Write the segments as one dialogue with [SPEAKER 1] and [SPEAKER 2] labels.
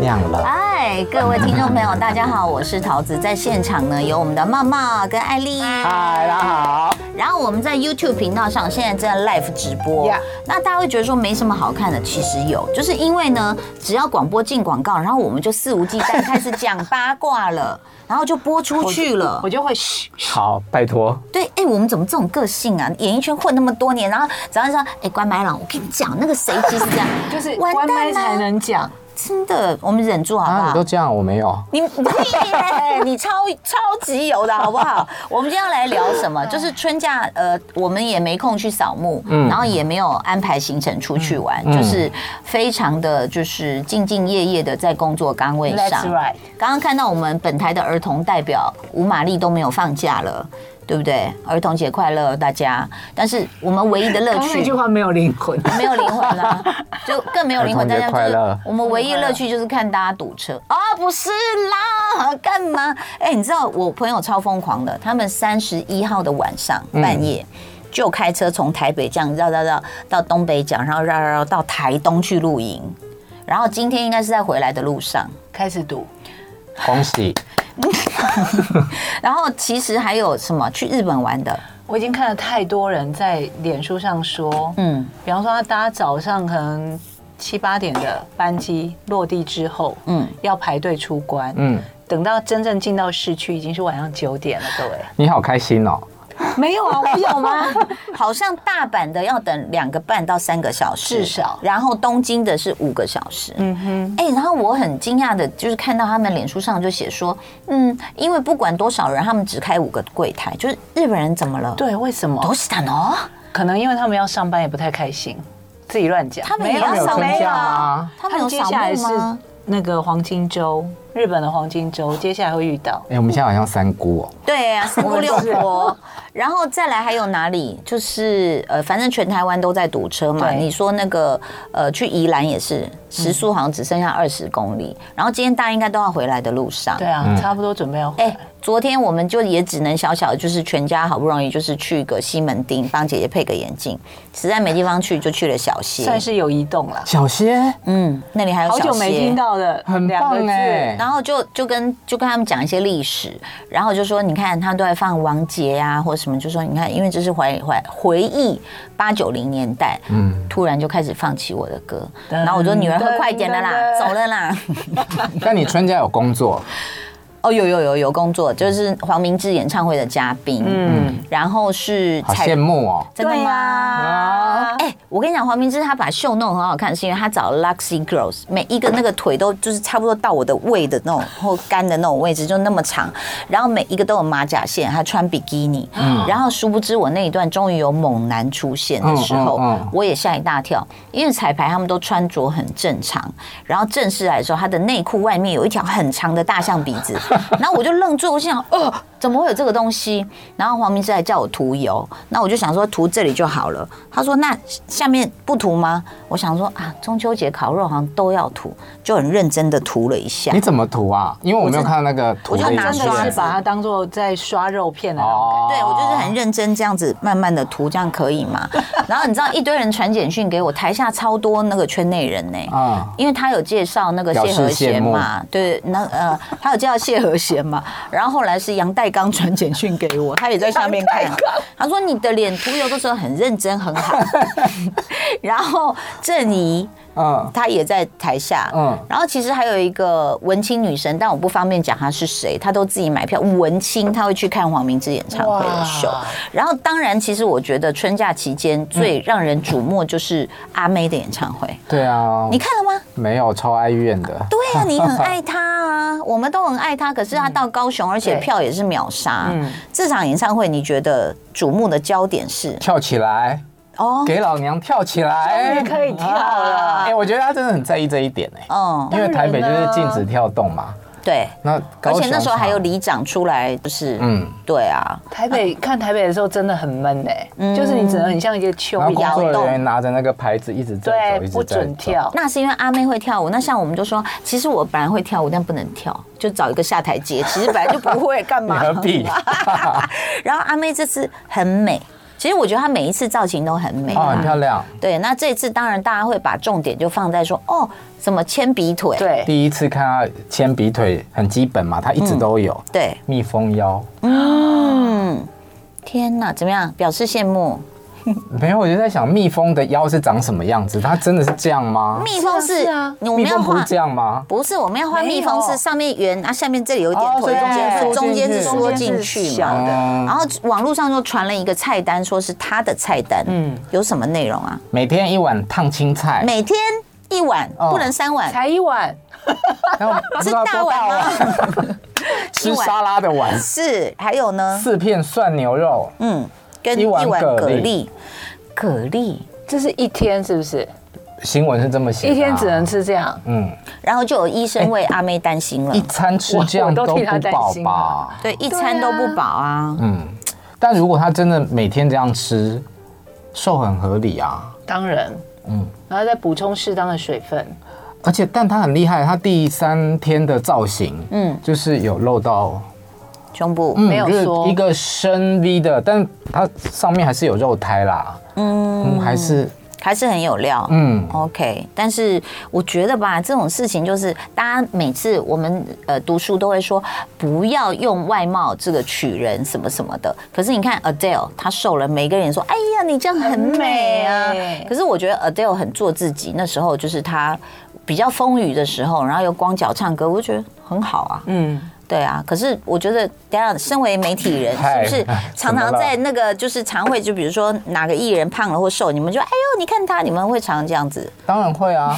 [SPEAKER 1] 亮了。
[SPEAKER 2] 嗨，各位听众朋友，大家好，我是桃子，在现场呢有我们的茂茂跟艾丽，
[SPEAKER 1] 嗨，大家好。
[SPEAKER 2] 然后我们在 YouTube 频道上现在正在 live 直播
[SPEAKER 1] Yeah
[SPEAKER 2] 那大家会觉得说没什么好看的，其实有，就是因为呢，只要广播进广告，然后我们就肆无忌惮开始讲八卦 了，然后就播出去了
[SPEAKER 3] 我。就会嘘，
[SPEAKER 1] 好，拜托，
[SPEAKER 2] 对，哎，我们怎么这种个性啊？演艺圈混那么多年，然后早上说，哎，关麦朗，我跟你讲，那个谁其实这样，
[SPEAKER 3] 就是
[SPEAKER 2] 完
[SPEAKER 3] 关麦
[SPEAKER 2] 蛋
[SPEAKER 3] 才
[SPEAKER 2] 啦，
[SPEAKER 3] 能讲。
[SPEAKER 2] 真的，我们忍住好不
[SPEAKER 1] 啊，
[SPEAKER 2] 好
[SPEAKER 1] 你？都这样，我没有。
[SPEAKER 2] 你 屁嘞！你超超级有的好不 好？我们今天要来聊什
[SPEAKER 3] 嗯
[SPEAKER 2] 么？就是春假，呃，我们也没空去扫墓，
[SPEAKER 1] 嗯
[SPEAKER 2] 然后也没有安排行程出去玩，
[SPEAKER 3] 嗯
[SPEAKER 2] 就是非常的就是兢兢业业的在工作岗位
[SPEAKER 3] That's
[SPEAKER 2] 上。
[SPEAKER 3] right
[SPEAKER 2] 刚刚看到我们本台的儿童代表吴玛丽都没有放假了。对不对？儿童节快乐，大家！但是我们唯一的乐
[SPEAKER 3] 刚刚那
[SPEAKER 2] 趣
[SPEAKER 3] 句，话没有灵魂，
[SPEAKER 2] 没有灵魂 啦、就更没有灵魂。
[SPEAKER 1] 儿童
[SPEAKER 2] 大
[SPEAKER 1] 节
[SPEAKER 2] 家就
[SPEAKER 1] 快
[SPEAKER 2] 是
[SPEAKER 1] 乐
[SPEAKER 2] 我们唯一乐趣就是看大家堵车啊、不是啦，干嘛？哎、你知道我朋友超疯狂的，他们三十一号的晚上
[SPEAKER 1] 嗯
[SPEAKER 2] 半夜。就开车从台北这样绕绕绕到东北角，然后绕绕绕到台东去露营，然后今天应该是在回来的路上。
[SPEAKER 3] 开始读。
[SPEAKER 1] 恭喜，
[SPEAKER 2] 然后其实还有什么去日本玩的，
[SPEAKER 3] 我已经看了太多人在脸书上说，
[SPEAKER 2] 嗯
[SPEAKER 3] 嗯，比方说他搭早上可能七八点的班机落地之后，
[SPEAKER 2] 嗯
[SPEAKER 3] 嗯，要排队出关，嗯
[SPEAKER 1] 嗯，
[SPEAKER 3] 等到真正进到市区已经是晚上九点了，各位。
[SPEAKER 1] 你好开心哦。
[SPEAKER 3] 没有啊，我有吗？
[SPEAKER 2] 好像大阪的要等两个半到三个小时，
[SPEAKER 3] 至少
[SPEAKER 2] 然后东京的是五个小时。嗯哼，哎、然后我很惊讶的就是看到他们脸书上就写说，嗯，因为不管多少人，他们只开五个柜台，就是日本人怎么了？，
[SPEAKER 3] 对，为什
[SPEAKER 2] 都
[SPEAKER 3] 么？
[SPEAKER 2] 是的呢。
[SPEAKER 3] 可能因为他们要上班也不太开心，自己乱讲。
[SPEAKER 2] 他们也
[SPEAKER 3] 没有
[SPEAKER 2] 要上
[SPEAKER 1] 没有春
[SPEAKER 2] 班
[SPEAKER 1] 假
[SPEAKER 2] 啊
[SPEAKER 1] 啊？
[SPEAKER 2] 他们有
[SPEAKER 3] 接
[SPEAKER 2] 扫
[SPEAKER 3] 下来
[SPEAKER 2] 墓
[SPEAKER 3] 是
[SPEAKER 2] 吗？
[SPEAKER 3] 那个黄金周，日本的黄金周，接下来会遇到。
[SPEAKER 1] 哎，我们现在好像三姑哦。
[SPEAKER 2] 对啊，三姑六婆，然后再来还有哪里？就是呃，反正全台湾都在堵车嘛。
[SPEAKER 3] 对
[SPEAKER 2] 你说那个呃，去宜兰也是时速好像只剩下二十公里，然后今天大家应该都要回来的路上。
[SPEAKER 3] 嗯对
[SPEAKER 1] 嗯
[SPEAKER 3] 啊，差不多准备要回
[SPEAKER 2] 哎、
[SPEAKER 3] 来。
[SPEAKER 2] 昨天我们就也只能小小的，就是全家好不容易就是去个西门町，帮姐姐配个眼镜，实在没地方去，就去了小溪。
[SPEAKER 3] 算是有移动了。
[SPEAKER 1] 小些，
[SPEAKER 2] 嗯，那里还有
[SPEAKER 3] 好
[SPEAKER 2] 小
[SPEAKER 3] 久
[SPEAKER 2] 溪。
[SPEAKER 3] 没听到的
[SPEAKER 1] 很
[SPEAKER 3] 两个
[SPEAKER 1] 棒
[SPEAKER 3] 字
[SPEAKER 1] 哎。
[SPEAKER 2] 然后就就跟就跟他们讲一些历史，然后就说你看他都在放王杰啊或什么，就说你看因为这是怀怀回忆八九零年代，嗯，突然就开始放起我的歌，
[SPEAKER 3] 噔
[SPEAKER 2] 然后我说女儿喝快一点的啦，
[SPEAKER 3] 噔噔
[SPEAKER 2] 走了 啦。
[SPEAKER 1] 但你春假有工 作，
[SPEAKER 2] 哦，有有有有工作，就是黄明志演唱会的嘉宾，嗯，然后是
[SPEAKER 1] 好羡慕哦。
[SPEAKER 2] 真的
[SPEAKER 3] 对
[SPEAKER 2] 吗？
[SPEAKER 3] 啊
[SPEAKER 2] 哎、我跟你讲，黄明志他把秀弄得很好看，是因为他找 Luxy Girls，每一个那个腿都就是差不多到我的胃的那种或肝的那种位置，就那么长，然后每一个都有马甲线，还穿比基尼，
[SPEAKER 1] 嗯
[SPEAKER 2] 然后殊不知我那一段终于有猛男出现的时候，
[SPEAKER 1] 嗯嗯嗯
[SPEAKER 2] 我也吓一大跳，因为彩排他们都穿着很正常，然后正式来的时候，他的内裤外面有一条很长的大象鼻子， 然后我就愣住，我心想，呃，怎么会有这个东西？然后黄明志还叫我涂油，那我就想说涂这里就好了。他说那下面不涂吗？我想说啊，中秋节烤肉好像都要涂，就很认真的涂了一下
[SPEAKER 1] 你。怎么涂啊？因为我没有看到那个涂
[SPEAKER 2] 我就
[SPEAKER 1] 的影
[SPEAKER 2] 拿
[SPEAKER 1] 片。
[SPEAKER 3] 真的是
[SPEAKER 2] 刷
[SPEAKER 3] 把它当做在刷肉片的啊那
[SPEAKER 1] 哦
[SPEAKER 3] 种感
[SPEAKER 2] 对，我就是很认真这样子慢慢的涂，这样可以吗？然后你知道一堆人传简讯给我，台下超多那个圈内人呢、
[SPEAKER 1] 啊。
[SPEAKER 2] 因为他有介绍那个谢和弦嘛，对，那呃，他有介绍谢和弦嘛，然后后来是杨代刚传简讯给我，他也在下面看，他说你的脸涂油的时候很认真，很好。然后郑怡，
[SPEAKER 1] 嗯，
[SPEAKER 2] 她也在台下，嗯
[SPEAKER 1] 嗯，
[SPEAKER 2] 然后其实还有一个文青女神，但我不方便讲她是谁，她都自己买票。文青她会去看黄明志演唱会的秀
[SPEAKER 3] 哇，
[SPEAKER 2] 然后当然，其实我觉得春假期间最让人瞩目就是阿妹的演唱会，
[SPEAKER 1] 对啊。
[SPEAKER 2] 你看了吗？
[SPEAKER 1] 没有超哀怨的。
[SPEAKER 2] 对啊，你很爱他啊，我们都很爱他。可是他
[SPEAKER 1] 嗯
[SPEAKER 2] 到高雄，而且
[SPEAKER 3] 对
[SPEAKER 2] 票也是秒杀。这场演唱会，你觉得瞩目的焦点是？
[SPEAKER 1] 跳起来，
[SPEAKER 2] 哦，
[SPEAKER 1] 给老娘跳起来！啊
[SPEAKER 3] 终于可以跳了
[SPEAKER 1] 哎、我觉得他真的很在意这一点哎、
[SPEAKER 2] 嗯，
[SPEAKER 1] 因为台北就是禁止跳动嘛，
[SPEAKER 2] 对，
[SPEAKER 1] 那高
[SPEAKER 2] 而
[SPEAKER 1] 雄
[SPEAKER 2] 且那时候还有
[SPEAKER 1] 场
[SPEAKER 2] 里长出来，就是嗯
[SPEAKER 1] 嗯，
[SPEAKER 2] 对啊，
[SPEAKER 3] 台北看台北的时候真的很闷哎，就是你只能很像一个丘
[SPEAKER 1] 然后工
[SPEAKER 3] 摇
[SPEAKER 1] 作人
[SPEAKER 3] 动，
[SPEAKER 1] 员拿着那个牌子一直在走，
[SPEAKER 3] 对
[SPEAKER 1] 一，直
[SPEAKER 3] 不
[SPEAKER 1] 在走。
[SPEAKER 3] 准跳。
[SPEAKER 2] 那是因为阿妹会跳舞，那像我们就说，其实我本来会跳舞，但不能跳，就找一个下台阶。其实本来就不会，干
[SPEAKER 1] 你
[SPEAKER 2] 嘛？
[SPEAKER 1] 何必？
[SPEAKER 2] 然后阿妹这次很美，其实我觉得她每一次造型都很美、
[SPEAKER 1] 哦，很
[SPEAKER 2] 啊。
[SPEAKER 1] 漂亮。
[SPEAKER 2] 对，那这次当然大家会把重点就放在说，哦，什么铅笔腿，
[SPEAKER 3] 对，
[SPEAKER 1] 第一次看她铅笔腿很基本嘛，她一
[SPEAKER 2] 嗯
[SPEAKER 1] 直都有。
[SPEAKER 2] 对，
[SPEAKER 1] 蜜蜂腰
[SPEAKER 2] 天哪，怎么样？表示羡慕。
[SPEAKER 1] 没有，我就在想蜜蜂的腰是长什么样子？它真的是这样吗？
[SPEAKER 2] 蜜蜂是，
[SPEAKER 3] 是啊
[SPEAKER 2] 我们
[SPEAKER 1] 蜜
[SPEAKER 2] 要
[SPEAKER 1] 蜂不是
[SPEAKER 2] 画
[SPEAKER 1] 这。样吗？
[SPEAKER 2] 不是，我们要画蜜蜂
[SPEAKER 3] 没
[SPEAKER 2] 是
[SPEAKER 3] 有
[SPEAKER 2] 上面圆，啊，下面这里有一点
[SPEAKER 1] 哦
[SPEAKER 2] 腿，中间
[SPEAKER 1] 对
[SPEAKER 2] 是中间是缩进
[SPEAKER 3] 中间
[SPEAKER 2] 去
[SPEAKER 3] 是
[SPEAKER 2] 嘛
[SPEAKER 3] 小。的
[SPEAKER 1] 嗯
[SPEAKER 2] 然后网络上就传了一个菜单，说是他的菜单，嗯，有什么内容啊？
[SPEAKER 1] 每天一碗烫青菜，
[SPEAKER 2] 每天一碗，
[SPEAKER 1] 哦
[SPEAKER 2] 不能三碗，
[SPEAKER 3] 才一碗，
[SPEAKER 1] 然后不
[SPEAKER 2] 是
[SPEAKER 1] 知道
[SPEAKER 2] 大
[SPEAKER 1] 多
[SPEAKER 2] 碗
[SPEAKER 1] 大碗，
[SPEAKER 2] 吗？
[SPEAKER 1] 吃沙拉的碗，
[SPEAKER 2] 是，还有 呢，
[SPEAKER 1] 四片涮牛肉，
[SPEAKER 2] 嗯，跟一
[SPEAKER 1] 一碗
[SPEAKER 2] 碗
[SPEAKER 1] 蛤
[SPEAKER 2] 蛤蜊
[SPEAKER 1] 蜊，
[SPEAKER 2] 蛤蜊，
[SPEAKER 3] 这是一天是不是？
[SPEAKER 1] 新闻是这么写的啊，
[SPEAKER 3] 一天只能吃这样，
[SPEAKER 1] 嗯
[SPEAKER 2] 然后就有医生为阿妹担心了
[SPEAKER 1] 一，餐吃这样
[SPEAKER 3] 我我
[SPEAKER 1] 都
[SPEAKER 3] 都替她
[SPEAKER 1] 不
[SPEAKER 3] 担
[SPEAKER 1] 饱
[SPEAKER 3] 心
[SPEAKER 1] 吧
[SPEAKER 3] 啊？
[SPEAKER 2] 对，一餐都不饱啊，
[SPEAKER 1] 嗯，但如果他真的每天这样吃，瘦很合理啊。
[SPEAKER 3] 当然，嗯，然后再补充适当的水分，
[SPEAKER 1] 而且，但他很厉害，他第三天的造型，
[SPEAKER 2] 嗯
[SPEAKER 1] 嗯，就是有露到，
[SPEAKER 2] 胸部，
[SPEAKER 1] 嗯
[SPEAKER 3] 没有
[SPEAKER 1] 就是
[SPEAKER 3] 说
[SPEAKER 1] 一个深 V 的，但它上面还是有肉胎啦，嗯，还是
[SPEAKER 2] 还是很有料，
[SPEAKER 1] 嗯，
[SPEAKER 2] OK，但是我觉得吧，这种事情就是大家每次我们呃读书都会说不要用外貌这个取人什么什么的。可是你看 Adele，她瘦了，每个人也说哎呀你这样很美啊
[SPEAKER 3] 很美。
[SPEAKER 2] 可是我觉得 Adele 很做自己，那时候就是她比较风雨的时候，然后又光脚唱歌，我就觉得很好啊。
[SPEAKER 3] 嗯，
[SPEAKER 2] 对啊，可是我觉得，等一下身为媒体人，是
[SPEAKER 1] 嗨
[SPEAKER 2] 不是 常
[SPEAKER 1] 怎
[SPEAKER 2] 常
[SPEAKER 1] 么了
[SPEAKER 2] 在那个就是常会就比如说哪个艺人胖了或瘦，你们就哎呦你看他，你们会常这样子，
[SPEAKER 1] 当然会啊。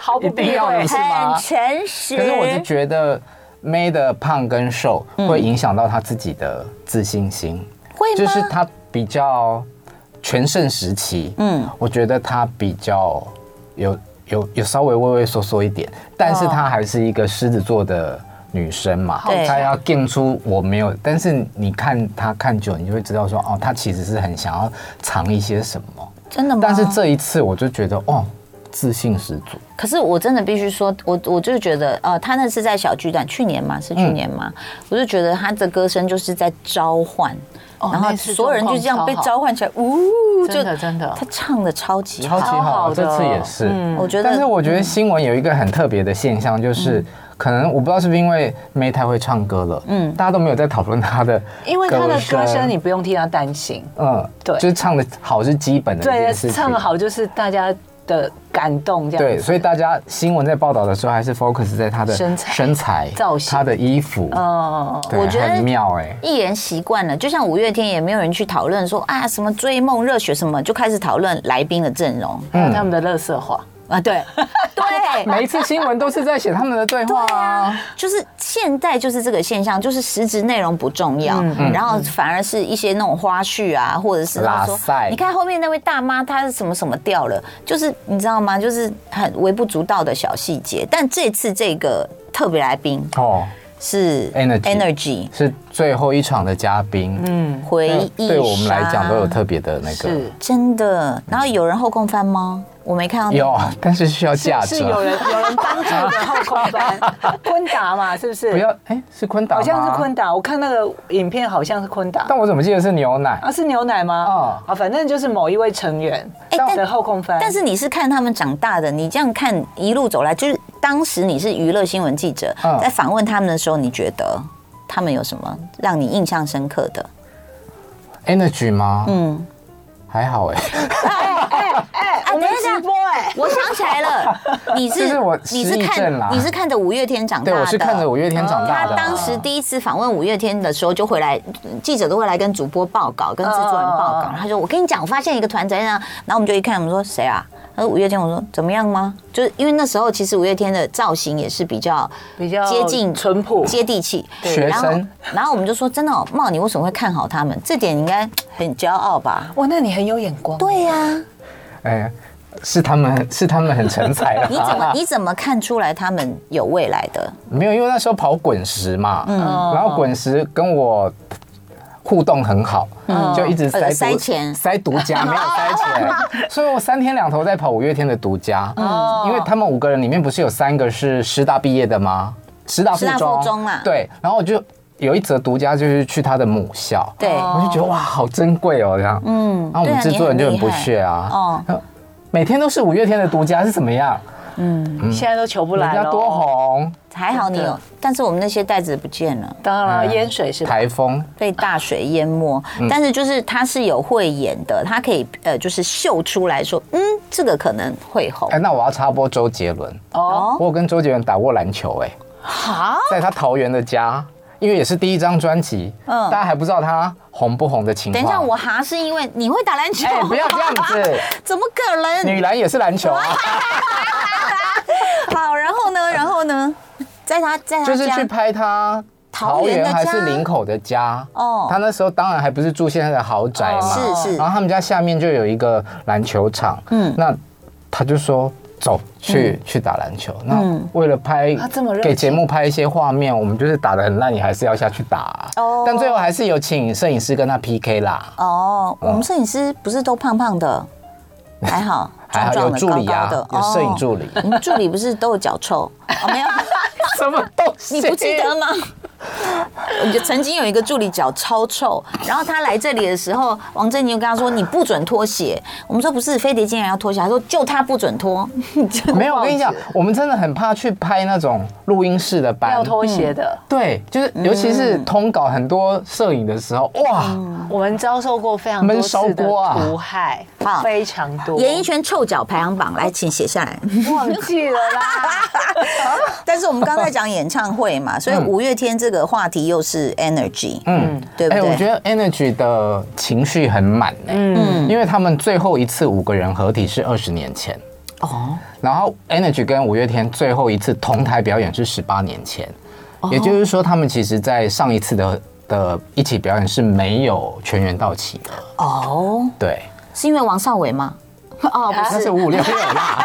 [SPEAKER 3] 毫不
[SPEAKER 1] 一
[SPEAKER 3] 避
[SPEAKER 1] 定要
[SPEAKER 3] 讳
[SPEAKER 1] 有是吗
[SPEAKER 2] 很诚实。
[SPEAKER 1] 可是我是觉得 May 的胖跟瘦
[SPEAKER 3] 嗯
[SPEAKER 1] 会影响到她自己的自信心，
[SPEAKER 2] 会吗？
[SPEAKER 1] 就是她比较全盛时期，
[SPEAKER 2] 嗯
[SPEAKER 1] 嗯，我觉得她比较有有有稍微畏畏缩缩一点，但是她还是一个狮子座的。女生嘛，
[SPEAKER 2] 哦对
[SPEAKER 1] 她要定出我没有，但是你看她看久，你就会知道说，哦，她其实是很想要藏一些什么。
[SPEAKER 2] 真的吗？
[SPEAKER 1] 但是这一次，我就觉得，哦，自信十足。
[SPEAKER 2] 可是我真的必须说，我我就觉得，呃，他那次在小巨蛋，去年嘛，是去年嘛，
[SPEAKER 3] 嗯
[SPEAKER 2] 我就觉得他的歌声就是在召唤，
[SPEAKER 3] 哦
[SPEAKER 2] 然后
[SPEAKER 3] 那次
[SPEAKER 2] 所有人就这样被召唤起来，呜，就
[SPEAKER 3] 真的真的
[SPEAKER 2] 他唱的嗯超级
[SPEAKER 1] 超级
[SPEAKER 2] 好，
[SPEAKER 1] 好，
[SPEAKER 3] 好
[SPEAKER 1] 这
[SPEAKER 3] 的
[SPEAKER 1] 次也是。
[SPEAKER 2] 我觉得
[SPEAKER 1] 但是我
[SPEAKER 3] 嗯
[SPEAKER 1] 觉得新闻有一个很特别的现象，就是可能我不知道是不是因为梅太会唱歌了，嗯，大家都没有在讨论她的，
[SPEAKER 3] 因为他的歌声你不用替他担心，
[SPEAKER 1] 嗯，
[SPEAKER 3] 对
[SPEAKER 1] 就是唱的好是基本的一
[SPEAKER 3] 对
[SPEAKER 1] 件事，情，
[SPEAKER 3] 唱得。好就是大家的感动这样
[SPEAKER 1] 对，
[SPEAKER 3] 子。
[SPEAKER 1] 所以大家新闻在报道的时候，还是 focus 在她的
[SPEAKER 3] 身材
[SPEAKER 1] 身材
[SPEAKER 3] 造型
[SPEAKER 1] 她的衣服，
[SPEAKER 3] 嗯，
[SPEAKER 1] 对，
[SPEAKER 2] 我觉得
[SPEAKER 1] 很妙哎，
[SPEAKER 2] 艺人习惯了，就像五月天也没有人去讨论说啊什么追梦热血什么，就开始讨论来宾的阵容
[SPEAKER 3] 还有他们的乐色话，
[SPEAKER 2] 啊，对 对。哦
[SPEAKER 1] 每一次新闻都是在写他们的对话啊，
[SPEAKER 2] 就是现在就是这个现象，就是实质内容不重要，
[SPEAKER 1] 嗯
[SPEAKER 2] 然后反而是一些那种花絮啊，或者是他说
[SPEAKER 1] 拉塞
[SPEAKER 2] 你看后面那位大妈她是什么什么掉了，就是你知道吗？就是很微不足道的小细节。但这次这个特别来宾
[SPEAKER 1] 哦，
[SPEAKER 2] 是
[SPEAKER 1] Energy
[SPEAKER 2] Energy
[SPEAKER 1] 是最后一场的嘉宾，嗯，
[SPEAKER 2] 回忆
[SPEAKER 1] 对我们来讲都有
[SPEAKER 2] 杀
[SPEAKER 1] 特别的那个，
[SPEAKER 3] 是
[SPEAKER 2] 真的。然后有人后空翻吗？我没看到那个。
[SPEAKER 1] 有，但是需要架
[SPEAKER 3] 是有
[SPEAKER 1] 着。
[SPEAKER 3] 人有人帮助的后空翻，昆达嘛，是不是？
[SPEAKER 1] 不要，哎，是昆达吗
[SPEAKER 3] 好像是昆达，我看那个影片好像是昆达。
[SPEAKER 1] 但我怎么记得是牛奶？
[SPEAKER 3] 啊，是牛奶吗？
[SPEAKER 1] 哦
[SPEAKER 3] 啊，反正就是某一位成员
[SPEAKER 2] 哎但
[SPEAKER 3] 的后空翻。
[SPEAKER 2] 但是你是看他们长大的，你这样看一路走来，就是当时你是娱乐新闻记者，
[SPEAKER 1] 嗯
[SPEAKER 2] 在访问他们的时候，你觉得他们有什么让你印象深刻的？
[SPEAKER 1] Energy 吗？
[SPEAKER 2] 嗯
[SPEAKER 1] 嗯，还好哎、
[SPEAKER 3] 哎，我
[SPEAKER 2] 啊
[SPEAKER 3] 们
[SPEAKER 2] 等一下
[SPEAKER 3] 直播哎，
[SPEAKER 2] 我想起来了，你
[SPEAKER 1] 这
[SPEAKER 2] 是
[SPEAKER 1] 是我
[SPEAKER 2] 你是
[SPEAKER 1] 失忆症啦
[SPEAKER 2] 看你是看着五月天长大
[SPEAKER 1] 对，
[SPEAKER 2] 的，哦
[SPEAKER 1] 我是看着五月天长大的、
[SPEAKER 2] 他当时第一次访问五月天的时候，就回来，嗯记者都会来跟主播报告，跟制作人
[SPEAKER 1] 哦
[SPEAKER 2] 报告
[SPEAKER 3] 嗯嗯。
[SPEAKER 2] 他说：“我跟你讲，我发现一个团怎样。”然后我们就一看，我们说：“谁啊？”他说：“五月天。”我说：“怎么样吗？”就是因为那时候其实五月天的造型也是比较
[SPEAKER 3] 比较
[SPEAKER 2] 接近
[SPEAKER 3] 淳朴
[SPEAKER 2] 接地气。
[SPEAKER 1] 对哦学
[SPEAKER 2] 然后
[SPEAKER 1] 生，
[SPEAKER 2] 然后我们就说：“真的、哦，茂，你为什么会看好他们？这点你应该很骄傲吧
[SPEAKER 3] 哇，那你很有眼光？”。
[SPEAKER 2] 对呀、
[SPEAKER 1] 哎、是他们是他们很成才啊了。
[SPEAKER 2] 你 怎么你怎么看出来他们有未来的？
[SPEAKER 1] 没有，因为那时候跑滚石嘛，
[SPEAKER 2] 嗯
[SPEAKER 1] 然后滚石跟我互动很好，就一直塞
[SPEAKER 2] 呃
[SPEAKER 1] 毒
[SPEAKER 2] 塞钱哦
[SPEAKER 1] 塞独 家，没有塞钱，所以我三天两头在跑五月天的独家，
[SPEAKER 2] 哦
[SPEAKER 1] 因为他们五个人里面不是有三个是师大毕业的吗？师大附
[SPEAKER 2] 师大附中
[SPEAKER 1] 中
[SPEAKER 2] 嘛
[SPEAKER 1] 对，然后我就有一则独家就是去他的母校，
[SPEAKER 2] 对
[SPEAKER 1] 我就觉得哇，好珍贵哦，这样，嗯，然后我
[SPEAKER 2] 哦对
[SPEAKER 1] 们
[SPEAKER 2] 啊
[SPEAKER 1] 制作人
[SPEAKER 2] 你
[SPEAKER 1] 就
[SPEAKER 2] 很
[SPEAKER 1] 很不
[SPEAKER 2] 厉害
[SPEAKER 1] 屑啊，
[SPEAKER 2] 哦，
[SPEAKER 1] 每天都是五月天的独家是怎么样？
[SPEAKER 3] 现在都求不
[SPEAKER 1] 嗯人
[SPEAKER 3] 来
[SPEAKER 1] 家
[SPEAKER 3] 了。
[SPEAKER 1] 多红，
[SPEAKER 2] 还好你
[SPEAKER 3] 真
[SPEAKER 2] 有
[SPEAKER 3] 的，
[SPEAKER 2] 但是我们那些袋子不见了，
[SPEAKER 3] 当然了，淹水是吧？
[SPEAKER 1] 嗯台风。
[SPEAKER 2] 被大水淹没。
[SPEAKER 1] 嗯
[SPEAKER 2] 但是就是他是有慧眼的，他可以呃，就是秀出来说，嗯，这个可能会红
[SPEAKER 1] 哎、。那我要插播周杰伦，
[SPEAKER 3] 哦，
[SPEAKER 1] 我有跟周杰伦打过篮球、哎，
[SPEAKER 2] 哦好，
[SPEAKER 1] 在他桃园的家，因为也是第一张专辑，
[SPEAKER 2] 嗯
[SPEAKER 1] 大家还不知道他红不红的情
[SPEAKER 2] 等
[SPEAKER 1] 况。
[SPEAKER 2] 一下，我哈是因为你会打篮球，
[SPEAKER 1] 哎、不要这样子，
[SPEAKER 2] 怎么可能？
[SPEAKER 1] 女篮也是篮球啊，
[SPEAKER 2] 好，然后呢，然后呢，在他在他
[SPEAKER 1] 就是去
[SPEAKER 2] 家，
[SPEAKER 1] 拍他。
[SPEAKER 2] 桃园的家
[SPEAKER 1] 还是林口的家
[SPEAKER 2] 哦
[SPEAKER 1] 哦，他那时候当然还不是住现在的豪宅嘛，
[SPEAKER 2] 是是
[SPEAKER 1] 然后他们家下面就有一个篮球场，
[SPEAKER 2] 嗯
[SPEAKER 1] 嗯，那他就说走去、去打篮
[SPEAKER 2] 嗯
[SPEAKER 1] 球。那为了拍
[SPEAKER 3] 他这么热情
[SPEAKER 1] 给节目拍一些画面，我们就是打得很烂，你还是要下去打啊、
[SPEAKER 2] 哦
[SPEAKER 1] 但最后还是有请摄影师跟他 PK 啦。
[SPEAKER 2] 哦，我们摄影师不是都胖胖的，还好，
[SPEAKER 1] 还
[SPEAKER 2] 壮
[SPEAKER 1] 好有
[SPEAKER 2] 壮的，
[SPEAKER 1] 助
[SPEAKER 2] 高
[SPEAKER 1] 理
[SPEAKER 2] 高
[SPEAKER 1] 啊
[SPEAKER 2] 的，，
[SPEAKER 1] 有摄影助理，
[SPEAKER 2] 哦。你们助理不是都有脚臭？哦，没有，
[SPEAKER 1] 什么东西？
[SPEAKER 2] 你不记得吗？ 我就曾经有一个助理脚超臭，然后他来这里的时候，王珍妮就跟他说：“你不准脱鞋。”我们说：“不是，飞碟竟然要脱鞋。”他说：“就他不准 脱。
[SPEAKER 1] 没有，我跟你讲，我们真的很怕去拍那种录音室的班
[SPEAKER 3] 要，脱鞋的。
[SPEAKER 1] 对，就是尤其是
[SPEAKER 2] 嗯
[SPEAKER 1] 通稿很多摄影的时候，哇，
[SPEAKER 3] 我们遭受过非
[SPEAKER 1] 嗯
[SPEAKER 3] 常多
[SPEAKER 1] 闷烧
[SPEAKER 3] 次的
[SPEAKER 1] 锅啊
[SPEAKER 3] 毒害
[SPEAKER 2] 好，
[SPEAKER 3] 非常”多。
[SPEAKER 2] 演艺圈臭脚排行榜，来，请写下来。
[SPEAKER 3] 忘记了 啦，
[SPEAKER 2] 但是我们刚才讲演唱会嘛，所以五月天这个话题又是 energy，嗯，对不
[SPEAKER 1] 哎、
[SPEAKER 2] 对？
[SPEAKER 1] 我觉得 Energy 的情绪很满哎、嗯，因为他们最后一次五个人合体是二十年前哦，然后 Energy 跟五月天最后一次同台表演是十八年前，
[SPEAKER 2] 哦
[SPEAKER 1] 也就是说他们其实在上一次的的一起表演是没有全员到齐的，
[SPEAKER 2] 哦，
[SPEAKER 1] 对，
[SPEAKER 2] 是因为王少伟吗？ 哦，
[SPEAKER 1] 那
[SPEAKER 2] 不
[SPEAKER 1] 是
[SPEAKER 2] 是，
[SPEAKER 1] 五五六六 啦，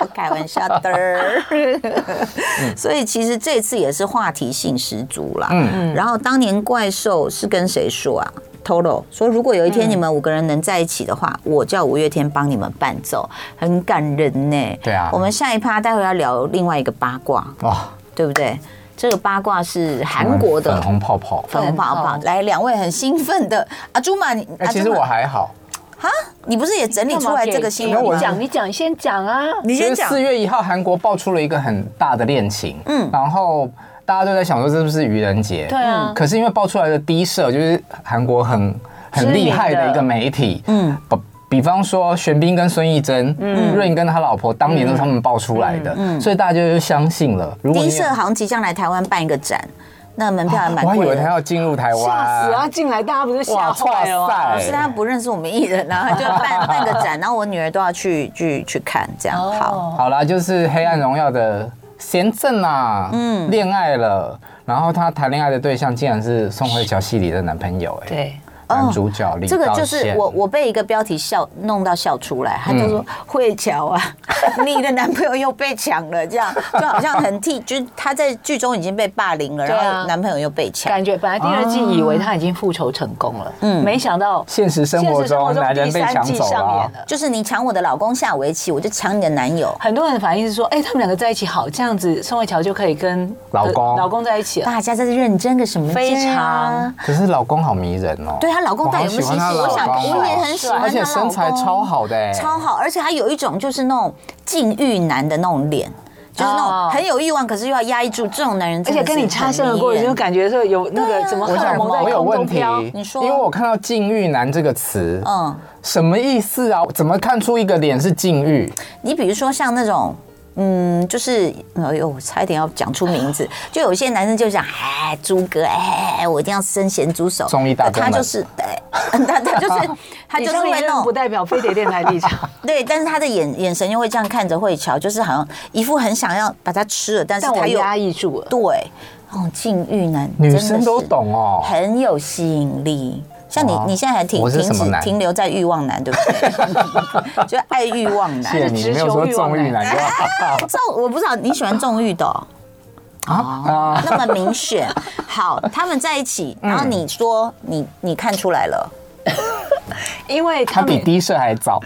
[SPEAKER 2] 我开玩笑的儿。
[SPEAKER 1] 嗯
[SPEAKER 2] 所以其实这次也是话题性十足啦。嗯，然后当年怪兽是跟谁说啊？Tolo 说，如果有一
[SPEAKER 1] 嗯
[SPEAKER 2] 天你们五个人能在一起的话，我叫五月天帮你们伴奏，很感人呢。
[SPEAKER 1] 对啊
[SPEAKER 2] 我们下一趴待会要聊另外一个八卦，
[SPEAKER 1] 哇，
[SPEAKER 2] 对不对？这个八卦是韩国的啊
[SPEAKER 1] 粉红泡泡。
[SPEAKER 2] 粉红泡泡，来两位很兴奋的阿朱玛，你
[SPEAKER 1] 哎、
[SPEAKER 2] 阿
[SPEAKER 1] 其
[SPEAKER 2] 朱
[SPEAKER 1] 实
[SPEAKER 2] 玛
[SPEAKER 1] 我还好，
[SPEAKER 2] 哈，你不是也整理出来这个新闻
[SPEAKER 3] 你
[SPEAKER 2] 吗？
[SPEAKER 3] 讲，你讲，你先讲啊。
[SPEAKER 2] 你先
[SPEAKER 1] 就是
[SPEAKER 2] 讲
[SPEAKER 1] 四。月一号，韩国爆出了一个很大的恋情，
[SPEAKER 2] 嗯
[SPEAKER 1] 嗯，然后大家都在想说是不是愚人节，嗯
[SPEAKER 3] 对啊，
[SPEAKER 1] 可是因为爆出来的低社就是韩国很很厉害的一个媒体，嗯，比比方说玄彬跟孙艺珍，嗯，润跟他老婆当年都是他们爆出来的，所以大家就相信了。如
[SPEAKER 2] 第
[SPEAKER 1] 你
[SPEAKER 2] 一
[SPEAKER 1] 有
[SPEAKER 2] 社好像即将来台湾办一个展，那门票还蛮
[SPEAKER 1] 啊我还以
[SPEAKER 2] 贵
[SPEAKER 1] 为他
[SPEAKER 2] 的。
[SPEAKER 1] 要进入台湾，
[SPEAKER 3] 吓死啊！进来大家不是吓坏了啊
[SPEAKER 1] 哇
[SPEAKER 3] 吗
[SPEAKER 1] 哇？
[SPEAKER 2] 可
[SPEAKER 1] 塞
[SPEAKER 2] 是他不认识我们艺人，然后他就办 办个展，然后我女儿都要去去去看，这样好。
[SPEAKER 1] 好啦，就是《黑暗荣耀》的贤正啊，嗯，恋爱了，然后他谈恋爱的对象竟然是宋慧乔戏里的男朋友，哎，，
[SPEAKER 3] 对，
[SPEAKER 1] 男主角李
[SPEAKER 2] 哦这个就是
[SPEAKER 1] 道
[SPEAKER 2] 我
[SPEAKER 1] 宪
[SPEAKER 2] 我被一个标题笑弄到笑出来，
[SPEAKER 1] 嗯
[SPEAKER 2] 他就
[SPEAKER 3] 嗯
[SPEAKER 2] 说慧乔啊， 你的男朋友又被抢了，这样就好像很替，就是他在剧中已经被霸凌了，
[SPEAKER 3] 对啊
[SPEAKER 2] 然后男朋友又被抢。
[SPEAKER 3] 感觉本来第二季以为他已经复仇成功了，嗯，没想到
[SPEAKER 1] 现实生活中男人被抢
[SPEAKER 3] 第
[SPEAKER 1] 走
[SPEAKER 3] 三季
[SPEAKER 1] 了
[SPEAKER 3] 上演
[SPEAKER 1] 啊。
[SPEAKER 3] 了。
[SPEAKER 2] 就是你抢我的老公下围棋，我就抢你的男友。
[SPEAKER 3] 很多人反应是说，哎，他们两个在一起好，这样子宋慧乔就可以跟
[SPEAKER 1] 老公
[SPEAKER 3] 老公在一起了。
[SPEAKER 2] 大家在这认真个什么劲啊？
[SPEAKER 3] 非常
[SPEAKER 1] 可是老公好迷人哦，
[SPEAKER 2] 对她老公
[SPEAKER 1] 我
[SPEAKER 2] 到底
[SPEAKER 1] 好
[SPEAKER 2] 有没有
[SPEAKER 1] 喜
[SPEAKER 2] 心
[SPEAKER 1] 欢
[SPEAKER 2] 思？
[SPEAKER 1] 她
[SPEAKER 2] 我
[SPEAKER 1] 老
[SPEAKER 2] 想
[SPEAKER 1] 公
[SPEAKER 2] 我
[SPEAKER 1] 哦
[SPEAKER 2] 也很喜欢她
[SPEAKER 1] 而且身材
[SPEAKER 2] 老公
[SPEAKER 1] 超好的哎，
[SPEAKER 2] 超好，而且他有一种就是那种禁欲男的那种脸，就是那种
[SPEAKER 3] 哦
[SPEAKER 2] 很有欲望，可是又要压抑住这种男人
[SPEAKER 3] 而
[SPEAKER 2] 真的是很
[SPEAKER 3] 且
[SPEAKER 2] 迷
[SPEAKER 3] 跟
[SPEAKER 2] 人。
[SPEAKER 3] 你擦身而过，就感觉说有那
[SPEAKER 2] 对啊
[SPEAKER 3] 个怎么荷
[SPEAKER 1] 我
[SPEAKER 3] 尔
[SPEAKER 1] 想
[SPEAKER 3] 蒙在
[SPEAKER 1] 我有
[SPEAKER 3] 空
[SPEAKER 1] 问
[SPEAKER 3] 中
[SPEAKER 1] 题
[SPEAKER 3] 飘。，
[SPEAKER 2] 你说
[SPEAKER 1] 因为我看到“禁欲男”这个词，
[SPEAKER 2] 嗯，
[SPEAKER 1] 什么意思啊？怎么看出一个脸是禁欲？
[SPEAKER 2] 你比如说像那种。嗯，就是，哎呦，我差一点要讲出名 字。就有些男生就想，哎，猪哥，哎，我一定要伸咸猪手。
[SPEAKER 1] 综艺大哥
[SPEAKER 2] 他
[SPEAKER 1] 们
[SPEAKER 2] 就是，哎 他他就是，他
[SPEAKER 3] 你
[SPEAKER 2] 就是
[SPEAKER 3] 上
[SPEAKER 2] 会
[SPEAKER 3] 言
[SPEAKER 2] 那
[SPEAKER 3] 论
[SPEAKER 2] 种
[SPEAKER 3] 不代表飞碟电台立场。
[SPEAKER 2] 对，但是他的眼眼神又会这样看着慧乔，就是好像一副很想要把它吃了，但是
[SPEAKER 3] 但我
[SPEAKER 2] 他又
[SPEAKER 3] 压抑住了。
[SPEAKER 2] 对，哦，禁欲男
[SPEAKER 1] 女
[SPEAKER 2] 真的
[SPEAKER 1] 生都
[SPEAKER 2] 是
[SPEAKER 1] 懂哦
[SPEAKER 2] 很有吸引力。像你
[SPEAKER 1] 哇，
[SPEAKER 2] 你现在还停
[SPEAKER 1] 我是
[SPEAKER 2] 停
[SPEAKER 1] 什么
[SPEAKER 2] 止
[SPEAKER 1] 男
[SPEAKER 2] 停留在欲望男，对不 对？就爱欲望
[SPEAKER 1] 谢
[SPEAKER 2] 男
[SPEAKER 1] 谢，你没有说纵欲 男就好
[SPEAKER 2] 重我不知道你喜欢纵欲的哦、
[SPEAKER 1] 啊嗯啊！
[SPEAKER 2] 那么 明显。好，他们在一起，然后你说你你看出来了，
[SPEAKER 3] 因为
[SPEAKER 1] 他
[SPEAKER 3] 他
[SPEAKER 1] 比
[SPEAKER 3] 们
[SPEAKER 1] 低射还早，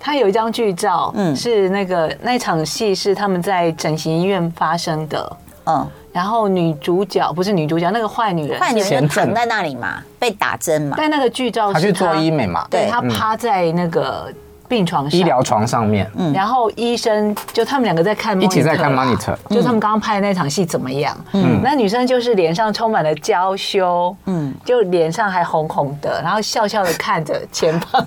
[SPEAKER 3] 他有一张剧照，
[SPEAKER 2] 嗯
[SPEAKER 3] 是那个那场戏是他们在整形医院发生的，
[SPEAKER 2] 嗯，
[SPEAKER 3] 然后女主角不是女主角，那个坏女人，
[SPEAKER 2] 坏女人就
[SPEAKER 1] 前阵
[SPEAKER 2] 躺在那里嘛，被打针嘛，
[SPEAKER 3] 但那个剧照是
[SPEAKER 1] 他去做医
[SPEAKER 3] 美，
[SPEAKER 1] 美嘛，嗯
[SPEAKER 3] 对
[SPEAKER 2] 对
[SPEAKER 3] 她趴在那个病床上，
[SPEAKER 1] 医疗床上面，
[SPEAKER 3] 然后医生就他们两个嗯在看 monitor
[SPEAKER 1] 一起在看
[SPEAKER 3] 啦
[SPEAKER 1] monitor
[SPEAKER 3] 就他们刚刚拍的那场戏怎么样？嗯，那女生就是脸上充满了娇羞，嗯，就脸上还红红的，然后笑笑的看着前方。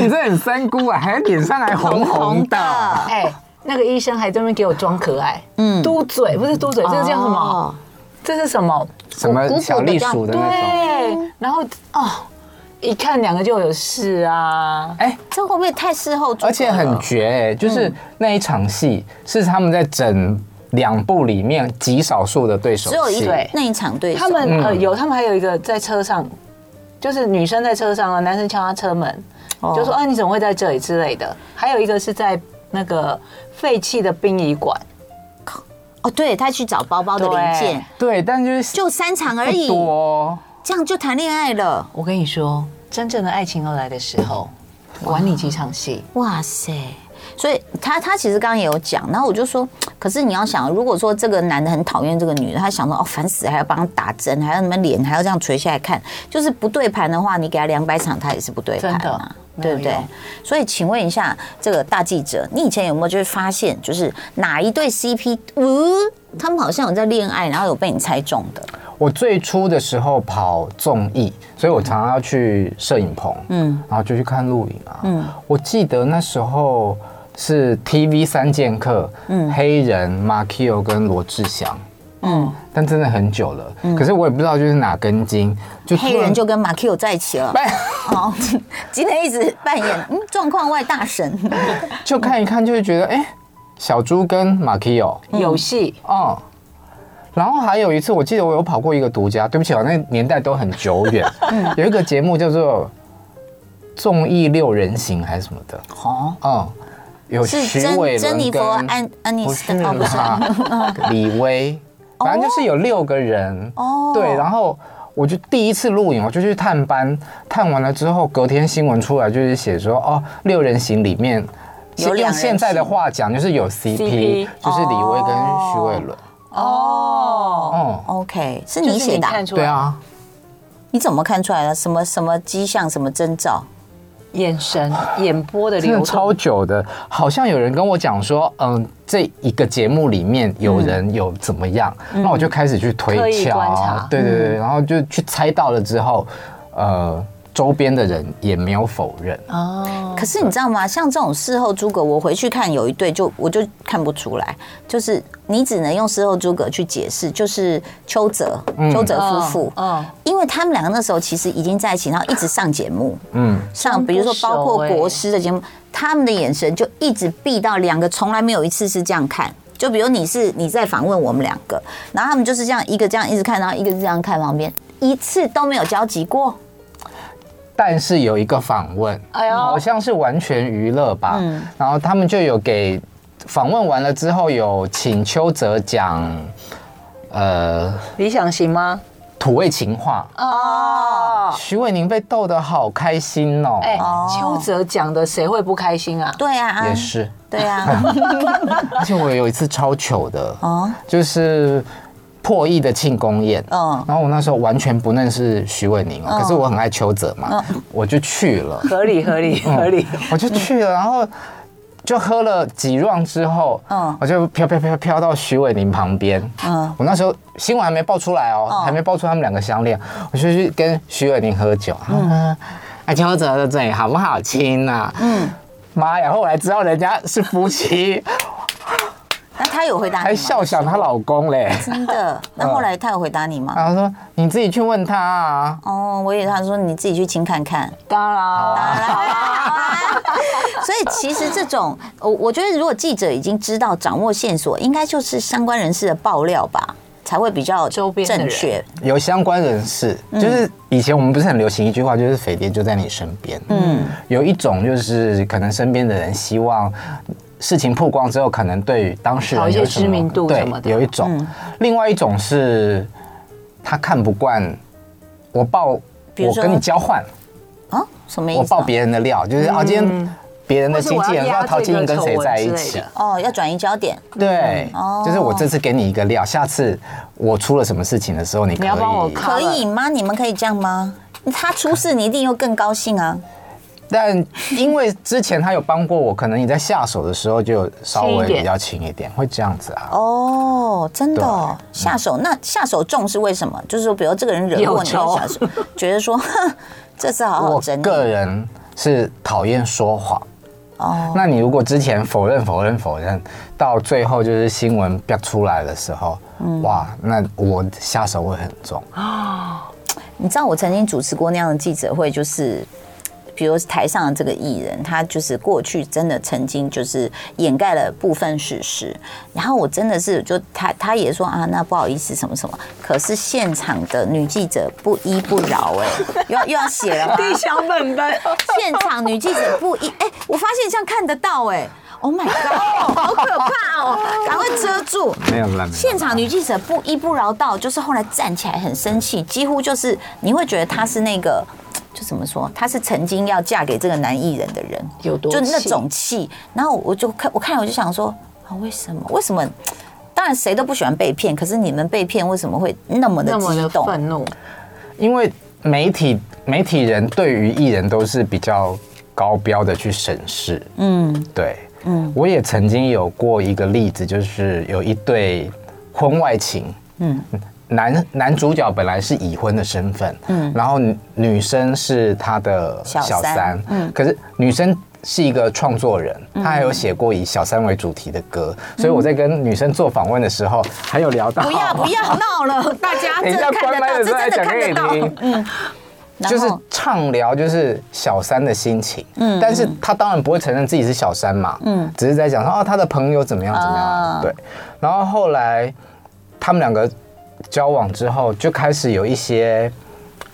[SPEAKER 1] 你这很三姑啊，还脸上还红红的。
[SPEAKER 3] 哎，那个医生还专门给我装可爱，嗯，嘟嘴不是嘟嘴，这是叫什
[SPEAKER 2] 哦
[SPEAKER 3] 么？这是什么？
[SPEAKER 1] 什么小栗鼠的那种。
[SPEAKER 3] 对，然后哦，一看两个就有事啊，
[SPEAKER 1] 哎，
[SPEAKER 2] 这会不会太事后诸葛了？
[SPEAKER 1] 而且很绝哎、就是那一场戏是他们在整两部里面极少数的对手
[SPEAKER 2] 只有一
[SPEAKER 1] 戏，
[SPEAKER 3] 对
[SPEAKER 2] 那一场对手
[SPEAKER 3] 他们呃有，他们还有一个在车上，就是女生在车上啊，男生敲她车门，
[SPEAKER 2] 哦
[SPEAKER 3] 就说啊你怎么会在这里之类的。还有一个是在那个废弃的殡仪馆，
[SPEAKER 2] 哦，对他去找包包的零件，
[SPEAKER 1] 对，但就是
[SPEAKER 2] 就三场而
[SPEAKER 1] 不
[SPEAKER 2] 已，
[SPEAKER 1] 多哦、
[SPEAKER 2] 这样就谈恋爱了。
[SPEAKER 3] 我跟你说，真正的爱情要来的时候，管你几场戏，
[SPEAKER 2] 哇塞！所以他他其实刚刚也有讲，然后我就说，可是你要想，如果说这个男的很讨厌这个女的，他想说哦烦死了，还要帮他打针，还要那么脸还要这样垂下来看，就是不对盘的话，你给他两百场，他也是不对盘
[SPEAKER 3] 真的
[SPEAKER 2] 啊，
[SPEAKER 3] 没
[SPEAKER 2] 对
[SPEAKER 3] 有
[SPEAKER 2] 不对
[SPEAKER 3] 用？
[SPEAKER 2] 所以请问一下这个大记者，你以前有没有就是发现，就是哪一对 CP，嗯，他们好像有在恋爱，然后有被你猜中的？
[SPEAKER 1] 我最初的时候跑综艺，所以我常常要去摄影棚，嗯，然后就去看录影啊，嗯，我记得那时候是 TV 三剑客，嗯，黑人 Markio 跟罗志祥，嗯，但真的很久了，可是我也不知道就是哪根筋，就突然
[SPEAKER 2] 黑人就跟马 Q 在一起了，哦，今天一直扮演嗯状况外大神。
[SPEAKER 1] 就看一看就会觉得，哎、小猪跟马 k i o
[SPEAKER 3] 有戏。
[SPEAKER 1] 哦。然后还有一次，我记得我有跑过一个独家，对不起啊，那年代都很久远。
[SPEAKER 2] 嗯
[SPEAKER 1] 有一个节目叫做《综艺六人行》还是什么的，
[SPEAKER 2] 哦，
[SPEAKER 1] 嗯，有
[SPEAKER 2] 是
[SPEAKER 1] 徐
[SPEAKER 2] 珍
[SPEAKER 1] 伟
[SPEAKER 2] 珍
[SPEAKER 1] 伦
[SPEAKER 2] 妮佛
[SPEAKER 1] 跟
[SPEAKER 2] 安安妮
[SPEAKER 1] 不
[SPEAKER 2] 斯
[SPEAKER 1] 是
[SPEAKER 2] 哦不是
[SPEAKER 1] 啦，李薇，反正就是有六个人。
[SPEAKER 2] 哦
[SPEAKER 1] 对，然后我就第一次录影，我就去探班，探完了之后，隔天新闻出来就是写说，哦，六人行里面，
[SPEAKER 2] 有两
[SPEAKER 1] 用
[SPEAKER 2] 人
[SPEAKER 1] 现在的话讲就是有 CP，
[SPEAKER 3] CP
[SPEAKER 1] 就是李薇跟徐伟伦。
[SPEAKER 2] 哦
[SPEAKER 1] 哦，
[SPEAKER 2] ，OK，是你写的啊，
[SPEAKER 3] 出
[SPEAKER 1] 对，啊，
[SPEAKER 2] 你怎么看出来的？什么什么迹象，什么征兆？
[SPEAKER 3] 眼神、眼波的
[SPEAKER 1] 真
[SPEAKER 3] 流
[SPEAKER 1] 的
[SPEAKER 3] 动
[SPEAKER 1] 超久的，好像有人跟我讲说，嗯，这一个节目里面有人有怎么样，那我就开始去
[SPEAKER 3] 嗯刻
[SPEAKER 1] 推
[SPEAKER 3] 意
[SPEAKER 1] 敲
[SPEAKER 3] 观察嗯
[SPEAKER 1] 啊，对对对，然后就去猜到了之后，呃，周边的人也没有否认，
[SPEAKER 3] 哦，
[SPEAKER 2] 可是你知道吗？像这种事后诸葛，我回去看有一对就我就看不出来，就是你只能用事后诸葛去解释，就是邱泽邱泽夫妇，
[SPEAKER 3] 嗯，
[SPEAKER 2] 因为他们两个那时候其实已经在一起，然后一直上节目，
[SPEAKER 1] 嗯，
[SPEAKER 2] 上比如说包括国师的节目，他们的眼神就一直避到两个，从来没有一次是这样看。就比如你是你在访问我们两个，然后他们就是这样一个这样一直看，然后一个是这样看旁边，一次都没有交集过。
[SPEAKER 1] 但是有一个访问，
[SPEAKER 3] 哎呦嗯
[SPEAKER 1] 好像是完全娱乐吧，然后他们就有给访问完了之后有请邱泽讲，呃，
[SPEAKER 3] 理想型吗？
[SPEAKER 1] 土味情话，
[SPEAKER 3] 哦，
[SPEAKER 1] 徐伟宁被逗得好开心哦，
[SPEAKER 3] 哎，邱泽讲的谁会不开心啊？
[SPEAKER 2] 对啊，
[SPEAKER 1] 也是。
[SPEAKER 2] 对 啊，
[SPEAKER 1] 而且我有一次超糗的，
[SPEAKER 2] 哦
[SPEAKER 1] 就是破亿的庆功宴，
[SPEAKER 2] 嗯
[SPEAKER 1] 然后我那时候完全不认识徐伟宁、哦哦，可哦是我很爱邱泽嘛，我就去了，
[SPEAKER 3] 合理，合理，合理。
[SPEAKER 1] 我就去了，然后就喝了几 round 之后，
[SPEAKER 2] 嗯
[SPEAKER 1] 我就飘飘飘飘到徐伟宁旁边，
[SPEAKER 2] 嗯
[SPEAKER 1] 我那时候新闻还没爆出来哦，还没爆出他们两个相恋，我就去跟徐伟宁喝酒，嗯，哎，邱泽的嘴好不好亲啊？嗯，妈呀！后来知道人家是夫妻，
[SPEAKER 2] 那他有回答你吗
[SPEAKER 1] 还笑想她老公嘞。
[SPEAKER 2] 真的？那后来他有回答你吗？
[SPEAKER 1] 然后说你自己去问他啊。
[SPEAKER 2] 哦，我以为他说你自己去亲看看。
[SPEAKER 3] 当然，
[SPEAKER 2] 所以其实这种，我我觉得如果记者已经知道掌握线索，应该就是相关人士的爆料吧，才会比较
[SPEAKER 3] 周边的
[SPEAKER 2] 正
[SPEAKER 3] 人
[SPEAKER 2] 确。
[SPEAKER 1] 有相关人士，
[SPEAKER 3] 嗯
[SPEAKER 1] 就是以前我们不是很流行一句话，就是“匪谍就在你身边”。嗯，有一种就是可能身边的人希望事情曝光之后，可能对于当事
[SPEAKER 3] 讨
[SPEAKER 1] 人
[SPEAKER 3] 一些
[SPEAKER 1] 有什么
[SPEAKER 3] 知名度
[SPEAKER 1] 对
[SPEAKER 3] 什么的嗯
[SPEAKER 1] 有一种。另外一种是他看不惯我报，
[SPEAKER 2] 比如
[SPEAKER 1] 我
[SPEAKER 2] 说
[SPEAKER 1] 跟你交换，
[SPEAKER 2] 啊，什么意
[SPEAKER 1] 我
[SPEAKER 2] 思
[SPEAKER 1] 报
[SPEAKER 2] 啊？
[SPEAKER 1] 别人的料，就是啊，今天别人的经纪人
[SPEAKER 3] 嗯或者我要
[SPEAKER 1] 说
[SPEAKER 3] 压
[SPEAKER 1] 陶晶莹跟谁在一
[SPEAKER 3] 这个丑闻之类
[SPEAKER 1] 起
[SPEAKER 3] 的，
[SPEAKER 2] 哦，要转移焦点。
[SPEAKER 1] 对
[SPEAKER 2] 哦，
[SPEAKER 1] 就是我这次给你一个料，下次我出了什么事情的时候，你可
[SPEAKER 3] 你要帮我
[SPEAKER 1] 以。
[SPEAKER 3] 看好
[SPEAKER 2] 可
[SPEAKER 3] 了
[SPEAKER 2] 以吗？你们可以这样吗？他出事，你一定又更高兴 啊！
[SPEAKER 1] 但因为之前他有帮过我，可能你在下手的时候就稍微比较轻一点，会这样子啊。
[SPEAKER 2] 哦，真的哦、下手那下手重是为什么？就是说，比如这个人惹
[SPEAKER 3] 有
[SPEAKER 2] 过你，就
[SPEAKER 3] 仇
[SPEAKER 2] 下手，觉得说 哼这次好好
[SPEAKER 1] 我
[SPEAKER 2] 哦整理。
[SPEAKER 1] 个人是讨厌说谎。
[SPEAKER 2] 哦，
[SPEAKER 1] 那你如果之前否认、否认、否认，到最后就是新闻飙出来的时候，哇，那我下手会很重。
[SPEAKER 2] 你知道我曾经主持过那样的记者会，就是。比如台上的这个艺人，他就是过去真的曾经就是掩盖了部分事实，然后我真的是就他他也说啊，那不好意思什么什么，可是现场的女记者不依不饶哎、 又要又要写了吗？
[SPEAKER 3] 地小本本，
[SPEAKER 2] 现场女记者不一，哎、我发现这样看得到、哎，Oh my god，好可怕哦，赶快遮住。
[SPEAKER 1] 没有啦，没有啦
[SPEAKER 2] 现场女记者不依不饶到，就是后来站起来很生气，几乎就是你会觉得她是那个，就怎么说，她是曾经要嫁给这个男艺人的人，
[SPEAKER 3] 有多
[SPEAKER 2] 就那
[SPEAKER 3] 气
[SPEAKER 2] 种气。然后我就看，我看了我就想说，啊，为什么？为什么？当然谁都不喜欢被骗，可是你们被骗为什么会那么的
[SPEAKER 3] 那么
[SPEAKER 2] 激
[SPEAKER 3] 的
[SPEAKER 2] 动？
[SPEAKER 3] 愤怒，
[SPEAKER 1] 因为媒体媒体人对于艺人都是比较高标的去审视，嗯，对，嗯，我也曾经有过一个例子，就是有一对婚外情，嗯。男男主角本来是已婚的身份，嗯，然后女女生是他的
[SPEAKER 2] 小三
[SPEAKER 1] 嗯，可是女生是一个创作人，
[SPEAKER 2] 嗯
[SPEAKER 1] 她还有写过以小三为主题的歌，所以我在跟女生做访问的时候，还有聊到，
[SPEAKER 2] 不要不要 闹了，大家
[SPEAKER 1] 等
[SPEAKER 2] 这
[SPEAKER 1] 一下
[SPEAKER 2] 看
[SPEAKER 1] 关
[SPEAKER 2] 得
[SPEAKER 1] 麦
[SPEAKER 2] 到，
[SPEAKER 1] 的
[SPEAKER 2] 这
[SPEAKER 1] 时候
[SPEAKER 2] 真
[SPEAKER 1] 再
[SPEAKER 2] 的
[SPEAKER 1] 讲给
[SPEAKER 2] 看得
[SPEAKER 1] 你
[SPEAKER 2] 到。
[SPEAKER 1] 听。
[SPEAKER 2] 然
[SPEAKER 1] 就是
[SPEAKER 2] 后
[SPEAKER 1] 畅聊，就是小三的心情。嗯，但是他当然不会承认自己是小三嘛。嗯，只是在讲说哦，他的朋友怎么样怎么
[SPEAKER 2] 啊
[SPEAKER 1] 样。对，然后后来他们两个交往之后，就开始有一些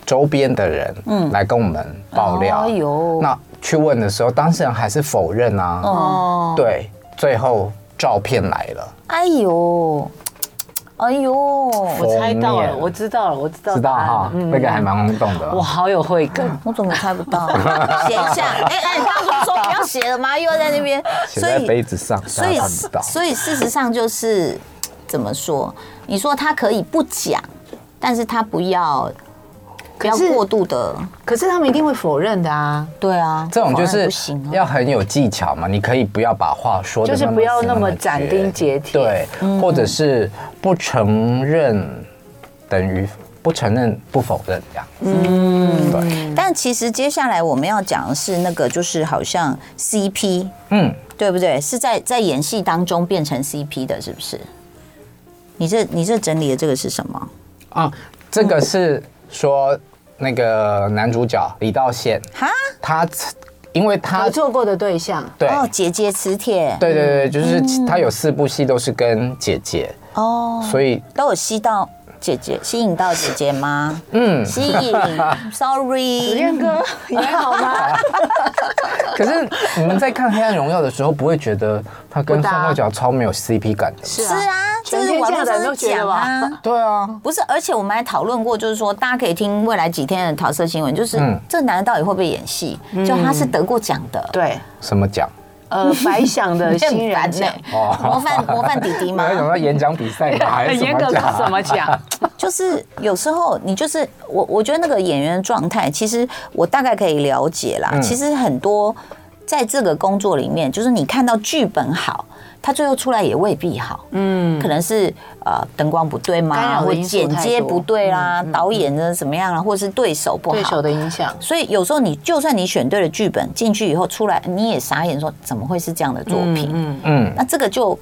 [SPEAKER 1] 周边的人，嗯，来跟我们爆料。
[SPEAKER 2] 哎呦
[SPEAKER 1] 那去问的时候，当事人还是否认啊。
[SPEAKER 2] 哦，
[SPEAKER 1] 对，最后照片来了，
[SPEAKER 2] 哎呦，哎呦，我
[SPEAKER 3] 我猜到
[SPEAKER 1] 封
[SPEAKER 3] 了，
[SPEAKER 1] 面
[SPEAKER 3] 我知道了，我知道
[SPEAKER 1] 知
[SPEAKER 3] 答
[SPEAKER 1] 道
[SPEAKER 3] 案了，
[SPEAKER 1] 哈？
[SPEAKER 2] 嗯
[SPEAKER 1] 那个还蛮轰动的。
[SPEAKER 3] 我好有慧根，
[SPEAKER 2] 我怎么猜不 到？写一下，哎哎，你刚刚不是说不要写了吗？又要在那边，
[SPEAKER 1] 写在杯子上，
[SPEAKER 2] 所
[SPEAKER 1] 大
[SPEAKER 2] 以
[SPEAKER 1] 家看不到。
[SPEAKER 2] 所以事实上就是怎么说？你说他可以不讲，但是他不要不要
[SPEAKER 3] 可是
[SPEAKER 2] 过度的，
[SPEAKER 3] 可是他们一定会否认的啊，
[SPEAKER 2] 对啊，
[SPEAKER 1] 这种就
[SPEAKER 2] 不然
[SPEAKER 1] 是
[SPEAKER 2] 不行啊
[SPEAKER 1] 要很有技巧嘛，你可以不要把话说的
[SPEAKER 3] 就是不要那么斩钉截铁
[SPEAKER 1] 对，
[SPEAKER 3] 嗯
[SPEAKER 1] 或者是不承认等于不承认不否认这样。嗯，对，
[SPEAKER 2] 但其实接下来我们要讲的是那个，就是好像 CP，
[SPEAKER 1] 嗯，
[SPEAKER 2] 对不对？是在在演戏当中变成 CP 的，是不是？你这你这整理的这个是什么？
[SPEAKER 1] 啊，这个是说那个男主角李道宪，
[SPEAKER 2] 哈？
[SPEAKER 1] 他因为他
[SPEAKER 3] 合作过的对象，
[SPEAKER 1] 对。
[SPEAKER 2] 哦，姐姐磁铁，
[SPEAKER 1] 对对
[SPEAKER 3] 嗯
[SPEAKER 1] 对，就是他有四部戏都是跟姐姐，
[SPEAKER 2] 哦，
[SPEAKER 1] 所
[SPEAKER 3] 嗯
[SPEAKER 1] 以
[SPEAKER 2] 都有吸到姐姐，吸引到姐姐吗？
[SPEAKER 1] 嗯，
[SPEAKER 2] 吸引，sorry，子健哥，
[SPEAKER 3] 你还好吗？
[SPEAKER 1] 可是你们在看《黑暗荣耀》的时候，不会觉得他跟
[SPEAKER 3] 不
[SPEAKER 1] 宋
[SPEAKER 3] 搭
[SPEAKER 1] 慧乔超没有 CP 感的吗？
[SPEAKER 3] 是
[SPEAKER 2] 是啊，这
[SPEAKER 3] 全
[SPEAKER 2] 是
[SPEAKER 3] 天
[SPEAKER 2] 网
[SPEAKER 3] 下
[SPEAKER 2] 络
[SPEAKER 3] 的人
[SPEAKER 2] 上
[SPEAKER 3] 都
[SPEAKER 2] 是
[SPEAKER 3] 觉得
[SPEAKER 2] 讲啊
[SPEAKER 3] 吧。。
[SPEAKER 1] 对啊，
[SPEAKER 2] 不是，而且我们还讨论过，就是说，大家可以听未来几天的桃色新闻，就是、
[SPEAKER 1] 嗯
[SPEAKER 2] 这男的到底会不会演戏？就他是得过奖的，
[SPEAKER 3] 对，
[SPEAKER 1] 什么奖？
[SPEAKER 3] 呃，白想的新人
[SPEAKER 2] 你很
[SPEAKER 3] 类
[SPEAKER 2] 烦，欸
[SPEAKER 1] 哦
[SPEAKER 2] 模范模范弟 弟
[SPEAKER 1] 那有什
[SPEAKER 2] 嘛，
[SPEAKER 1] 么演讲比赛 吗？还是
[SPEAKER 3] 很
[SPEAKER 1] 什
[SPEAKER 3] 严
[SPEAKER 1] 么
[SPEAKER 3] 格
[SPEAKER 1] 奖？
[SPEAKER 3] 什 么奖？
[SPEAKER 2] 就是有时候你就是我，我觉得那个演员的状态，其实我大概可以了解
[SPEAKER 3] 嗯
[SPEAKER 2] 啦。其实很多在这个工作里面，就是你看到剧本好，他最后出来也未必好。嗯，可能是呃灯光不对
[SPEAKER 3] 干
[SPEAKER 2] 嘛，
[SPEAKER 3] 扰
[SPEAKER 2] 或
[SPEAKER 3] 的因素
[SPEAKER 2] 剪
[SPEAKER 3] 太多嗯
[SPEAKER 2] 接不对啦，导演的怎么样啦，或者是对手不好。
[SPEAKER 3] 对手的影响，
[SPEAKER 2] 所以有时候你就算你选对了剧本，进去以后出来你也傻眼，说怎么会是这样的作品？
[SPEAKER 3] 嗯，
[SPEAKER 1] 嗯，
[SPEAKER 2] 那这个就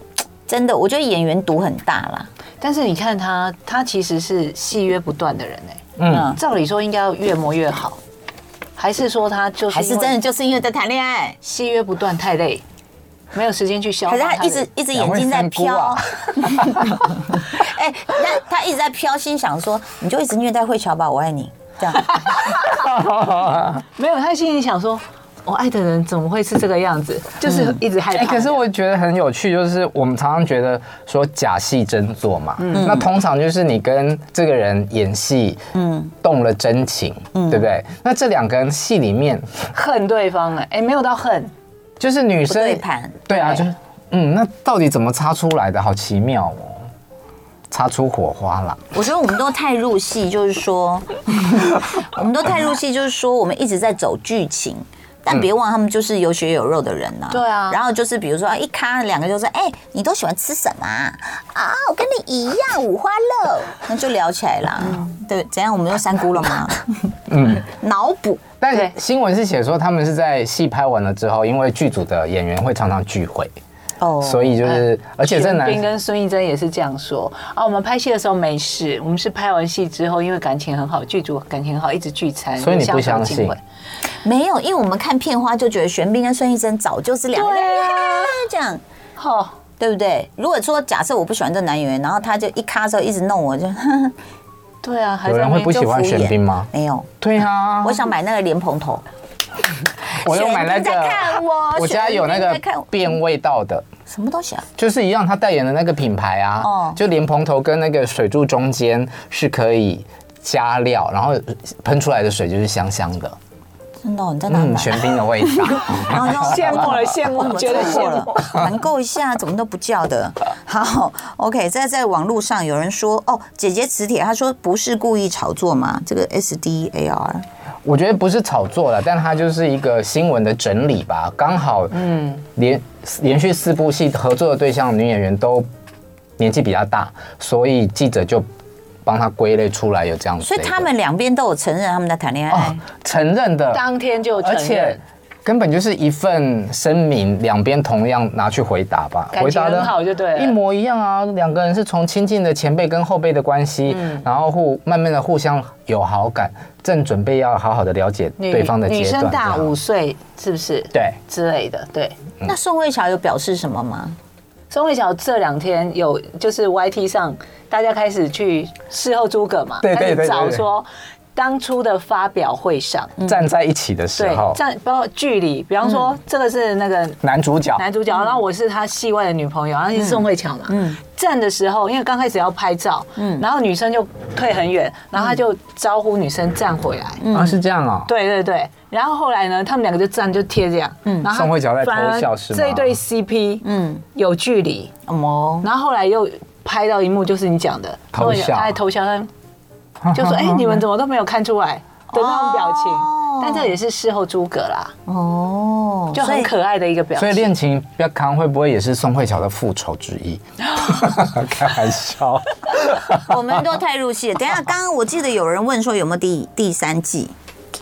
[SPEAKER 2] 真的，我觉得演员毒很大啦。
[SPEAKER 3] 但是你看他，他其实是戏约不断的人哎、
[SPEAKER 2] 嗯，
[SPEAKER 3] 照理说应该要越磨越好，还是说他就是
[SPEAKER 2] 还是
[SPEAKER 3] 因为
[SPEAKER 2] 真的就是因为在谈恋爱
[SPEAKER 3] 戏约不断太累？没有时间去消化
[SPEAKER 2] 可是
[SPEAKER 3] 的。
[SPEAKER 2] 他一直一直眼睛在飘，哎，那他一直在飘，心想说，你就一直虐待慧乔吧，我爱你，这样。
[SPEAKER 3] 没有，他心里想说，我爱的人怎么会是这个样子？嗯就是一直害
[SPEAKER 1] 哎、
[SPEAKER 3] 怕。
[SPEAKER 1] 可是我觉得很有趣，就是我们常常觉得说假戏真做嘛，
[SPEAKER 3] 嗯
[SPEAKER 1] 那通常就是你跟这个人演戏，嗯，动了真情，
[SPEAKER 3] 嗯
[SPEAKER 1] 对不对？那这两个人戏里面，
[SPEAKER 3] 恨对方了，哎，没有到恨，
[SPEAKER 1] 就是女
[SPEAKER 2] 不
[SPEAKER 1] 生
[SPEAKER 2] 对盘
[SPEAKER 1] 对啊，
[SPEAKER 3] 对
[SPEAKER 1] 就是嗯，那到底怎么擦出来的？好奇妙哦，擦出火花啦。
[SPEAKER 2] 我觉得我们都太入戏，就是说， 我们都太入戏，就是说，我们一直在走剧情。但别忘，他们就是有血有肉的人呐、
[SPEAKER 3] 对啊
[SPEAKER 2] 然后就是比如说，一咖两个就说：“哎、你都喜欢吃什么啊？”啊，我跟你一样，五花肉。那就聊起来啦。对，怎样？我们又三姑了吗？嗯，脑补。
[SPEAKER 3] 对
[SPEAKER 1] 但新闻是写说他们是在戏拍完了之后，因为剧组的演员会常常聚会，
[SPEAKER 2] 哦，
[SPEAKER 1] 所以就是，而且这
[SPEAKER 3] 哎玄
[SPEAKER 1] 男
[SPEAKER 3] 彬跟孙艺珍也是这样说啊。我们拍戏的时候没事，我们是拍完戏之后，因为感情很好，剧组感情很好，一直聚餐，
[SPEAKER 1] 所以你不
[SPEAKER 3] 有相
[SPEAKER 1] 相
[SPEAKER 3] 互
[SPEAKER 1] 信
[SPEAKER 3] 敬畏
[SPEAKER 2] 没有，因为我们看片花就觉得玄彬跟孙艺珍早就是两个人
[SPEAKER 3] 对啊
[SPEAKER 2] 这样。
[SPEAKER 3] 哦，
[SPEAKER 2] 对不对？如果说假设我不喜欢这男演员，然后他就一咔之后一直弄我就，
[SPEAKER 3] 对啊，还
[SPEAKER 1] 有
[SPEAKER 3] 在
[SPEAKER 1] 人
[SPEAKER 3] 那
[SPEAKER 1] 会
[SPEAKER 3] 边
[SPEAKER 1] 不
[SPEAKER 3] 就
[SPEAKER 1] 喜欢
[SPEAKER 2] 敷衍
[SPEAKER 1] 玄彬吗？
[SPEAKER 2] 没有，
[SPEAKER 1] 对
[SPEAKER 3] 哦
[SPEAKER 1] 啊，
[SPEAKER 2] 我想买那个莲蓬头，
[SPEAKER 1] 我又买那
[SPEAKER 2] 玄彬在看
[SPEAKER 1] 个，
[SPEAKER 2] 我
[SPEAKER 1] 我家有那
[SPEAKER 2] 玄彬
[SPEAKER 1] 个
[SPEAKER 2] 在看我
[SPEAKER 1] 变味道的，
[SPEAKER 2] 什么东西啊？
[SPEAKER 1] 就是一样他代言的那个品牌啊，
[SPEAKER 2] 哦
[SPEAKER 1] 就莲蓬头跟那个水柱中间是可以加料，然后喷出来的水就是香香的，
[SPEAKER 2] 真的哦、你在哪
[SPEAKER 1] 嗯，
[SPEAKER 2] 买？哦
[SPEAKER 1] 玄彬的味道。
[SPEAKER 2] 然后就
[SPEAKER 3] 羡慕了羡慕
[SPEAKER 2] 我怎么
[SPEAKER 3] 觉得
[SPEAKER 2] 错过了
[SPEAKER 3] 羡慕
[SPEAKER 2] 团哦购一下，怎么都不叫的。好，OK，在在网络上有人说，哦，姐姐磁铁，她说不是故意炒作嘛，这个 S D A R，
[SPEAKER 1] 我觉得不是炒作了，但它就是一个新闻的整理吧，刚好，嗯，连连续四部戏合作的对象女演员都年纪比较大，所以记者就帮她归类出来有这样子的
[SPEAKER 2] 所
[SPEAKER 1] 一
[SPEAKER 2] 以
[SPEAKER 1] 个。
[SPEAKER 2] 他们两边都有承认他们在谈恋爱
[SPEAKER 1] 哦。，承认的，
[SPEAKER 3] 当天就承
[SPEAKER 1] 而且
[SPEAKER 3] 认，
[SPEAKER 1] 根本就是一份声明，两边同样拿去回答吧，
[SPEAKER 3] 感情
[SPEAKER 1] 回答的
[SPEAKER 3] 很好就对了
[SPEAKER 1] 一模一样啊。两个人是从亲近的前辈跟后辈的关系，
[SPEAKER 3] 嗯
[SPEAKER 1] 然后互慢慢的互相有好感，正准备要好好的了解
[SPEAKER 3] 女
[SPEAKER 1] 对方的阶
[SPEAKER 3] 女
[SPEAKER 1] 段。
[SPEAKER 3] 生大
[SPEAKER 1] 这样
[SPEAKER 3] 五岁是不是？
[SPEAKER 1] 对
[SPEAKER 3] 之类的，对。
[SPEAKER 1] 嗯
[SPEAKER 2] 那宋慧乔有表示什么吗？
[SPEAKER 3] 宋慧乔这两天有就是 YT 上大家开始去事后诸葛嘛，
[SPEAKER 1] 对对对
[SPEAKER 3] 开始找
[SPEAKER 1] 对对
[SPEAKER 3] 说当初的发表会上，
[SPEAKER 1] 站在一起的时
[SPEAKER 3] 嗯对
[SPEAKER 1] 候，，
[SPEAKER 3] 站包括距离，比方说这个是那个
[SPEAKER 1] 男主角
[SPEAKER 3] 男主角，然后我是他戏外的女朋友，然后是宋慧乔嘛。站的时候，因为刚开始要拍照，然后女生就退很远，然后他就招呼女生站回来。
[SPEAKER 1] 啊是这样哦，
[SPEAKER 3] 嗯对对对，然后后来呢，他们两个就站就贴这样，嗯，然后他
[SPEAKER 1] 宋慧乔在偷笑
[SPEAKER 3] 反而
[SPEAKER 1] 是吗
[SPEAKER 3] 这一对 CP，嗯，有距离，
[SPEAKER 1] 嗯
[SPEAKER 2] 哦，
[SPEAKER 3] 然后后来又拍到一幕，就是你讲的
[SPEAKER 1] 偷笑
[SPEAKER 3] 他在偷笑，他就 说：“哎、你们怎么都没有看出来的那种表情。
[SPEAKER 2] 哦
[SPEAKER 3] 但这也是事后诸葛啦，
[SPEAKER 2] 哦，
[SPEAKER 3] 就
[SPEAKER 2] 所
[SPEAKER 3] 很
[SPEAKER 2] 以
[SPEAKER 3] 可爱的一个表
[SPEAKER 1] 所以
[SPEAKER 3] 情。
[SPEAKER 1] 恋情不要康会不会也是宋慧乔的复仇之一？ 开玩 笑，
[SPEAKER 2] 我们都太入戏了。等一下，刚刚我记得有人问说有没有第第三季，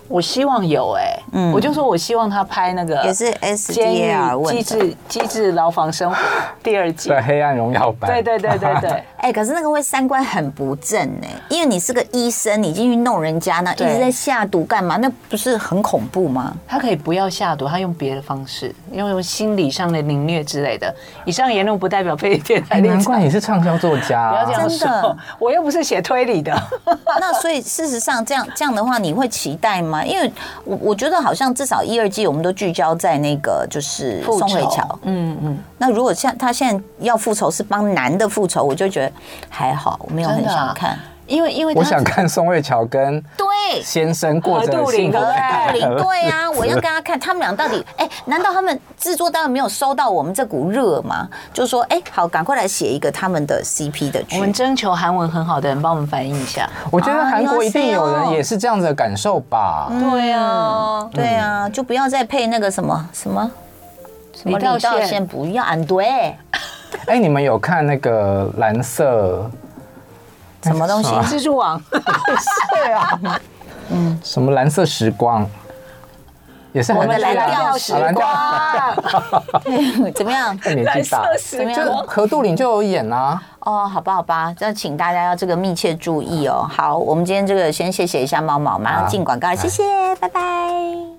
[SPEAKER 3] 我希望有哎、
[SPEAKER 2] 嗯
[SPEAKER 3] 我就说我希望他拍那个
[SPEAKER 2] 也是 SDR
[SPEAKER 3] 呃监狱
[SPEAKER 2] 问
[SPEAKER 3] 机
[SPEAKER 2] 的。
[SPEAKER 3] 制机制牢房 生活第二季
[SPEAKER 1] 对。黑暗荣耀版，
[SPEAKER 3] 对对对对对，
[SPEAKER 2] 哎、可是那个会三观很不正哎、因为你是个医生，你进去弄人家呢，一
[SPEAKER 3] 对
[SPEAKER 2] 直在下毒干嘛？那不是很恐怖吗？
[SPEAKER 3] 他可以不要下毒，他用别的方式，用用心理上的凌虐之类的。以上言论不代表被电台
[SPEAKER 1] 哎
[SPEAKER 3] 立
[SPEAKER 1] 难
[SPEAKER 3] 场。
[SPEAKER 1] 怪你是畅销作家、
[SPEAKER 3] 不
[SPEAKER 1] 啊，
[SPEAKER 3] 要这样
[SPEAKER 2] 啊真的
[SPEAKER 3] 说，我又不是写推理的。
[SPEAKER 2] 那所以事实上，这样这样的话，你会期待吗？因为我我觉得好像至少一二季我们都聚焦在那个就是
[SPEAKER 3] 复
[SPEAKER 2] 宋
[SPEAKER 3] 仇
[SPEAKER 2] 慧乔，嗯嗯。那如果像他现在要复仇是帮男的复仇，我就觉得还好，我没有很
[SPEAKER 3] 真的啊
[SPEAKER 2] 想看。
[SPEAKER 3] 因为因为
[SPEAKER 1] 我
[SPEAKER 3] 他
[SPEAKER 1] 想看宋慧乔跟
[SPEAKER 2] 对，
[SPEAKER 1] 先生过着幸福
[SPEAKER 3] 对
[SPEAKER 1] 的
[SPEAKER 2] 何杜
[SPEAKER 1] 爱
[SPEAKER 2] 林，对啊，我要跟他看他们俩到底，哎、难道他们制作单位没有收到我们这股热吗？就说，哎、好，赶快来写一个他们的 CP 的
[SPEAKER 3] 我们
[SPEAKER 2] 剧。
[SPEAKER 3] 征求韩文很好的人帮我们翻译一下。
[SPEAKER 1] 我觉
[SPEAKER 2] 啊
[SPEAKER 1] 得韩国一定有人也是这样子的感受吧。
[SPEAKER 3] 对
[SPEAKER 1] 嗯
[SPEAKER 3] 啊，
[SPEAKER 2] 对啊，就不要再配那个什么什么什么
[SPEAKER 3] 李道宪
[SPEAKER 2] 宪，不要安对
[SPEAKER 1] 哎，你们有看那个蓝色哎
[SPEAKER 2] 什么东西
[SPEAKER 1] 什么
[SPEAKER 3] 蜘蛛网
[SPEAKER 1] 对啊，嗯，什么蓝色时光，也是
[SPEAKER 2] 我
[SPEAKER 1] 很
[SPEAKER 2] 们
[SPEAKER 1] 久
[SPEAKER 2] 蓝
[SPEAKER 1] 啊
[SPEAKER 2] 调时
[SPEAKER 1] 啊蓝调
[SPEAKER 2] 光， 怎么样？
[SPEAKER 1] 哎年纪大了，
[SPEAKER 3] 时
[SPEAKER 1] 就是何杜林就有演啊，
[SPEAKER 2] 哦，好吧，好吧，那请大家要这个密切注意哦。好，我们今天这个先谢谢一下猫毛，马上进广告，谢谢，拜拜。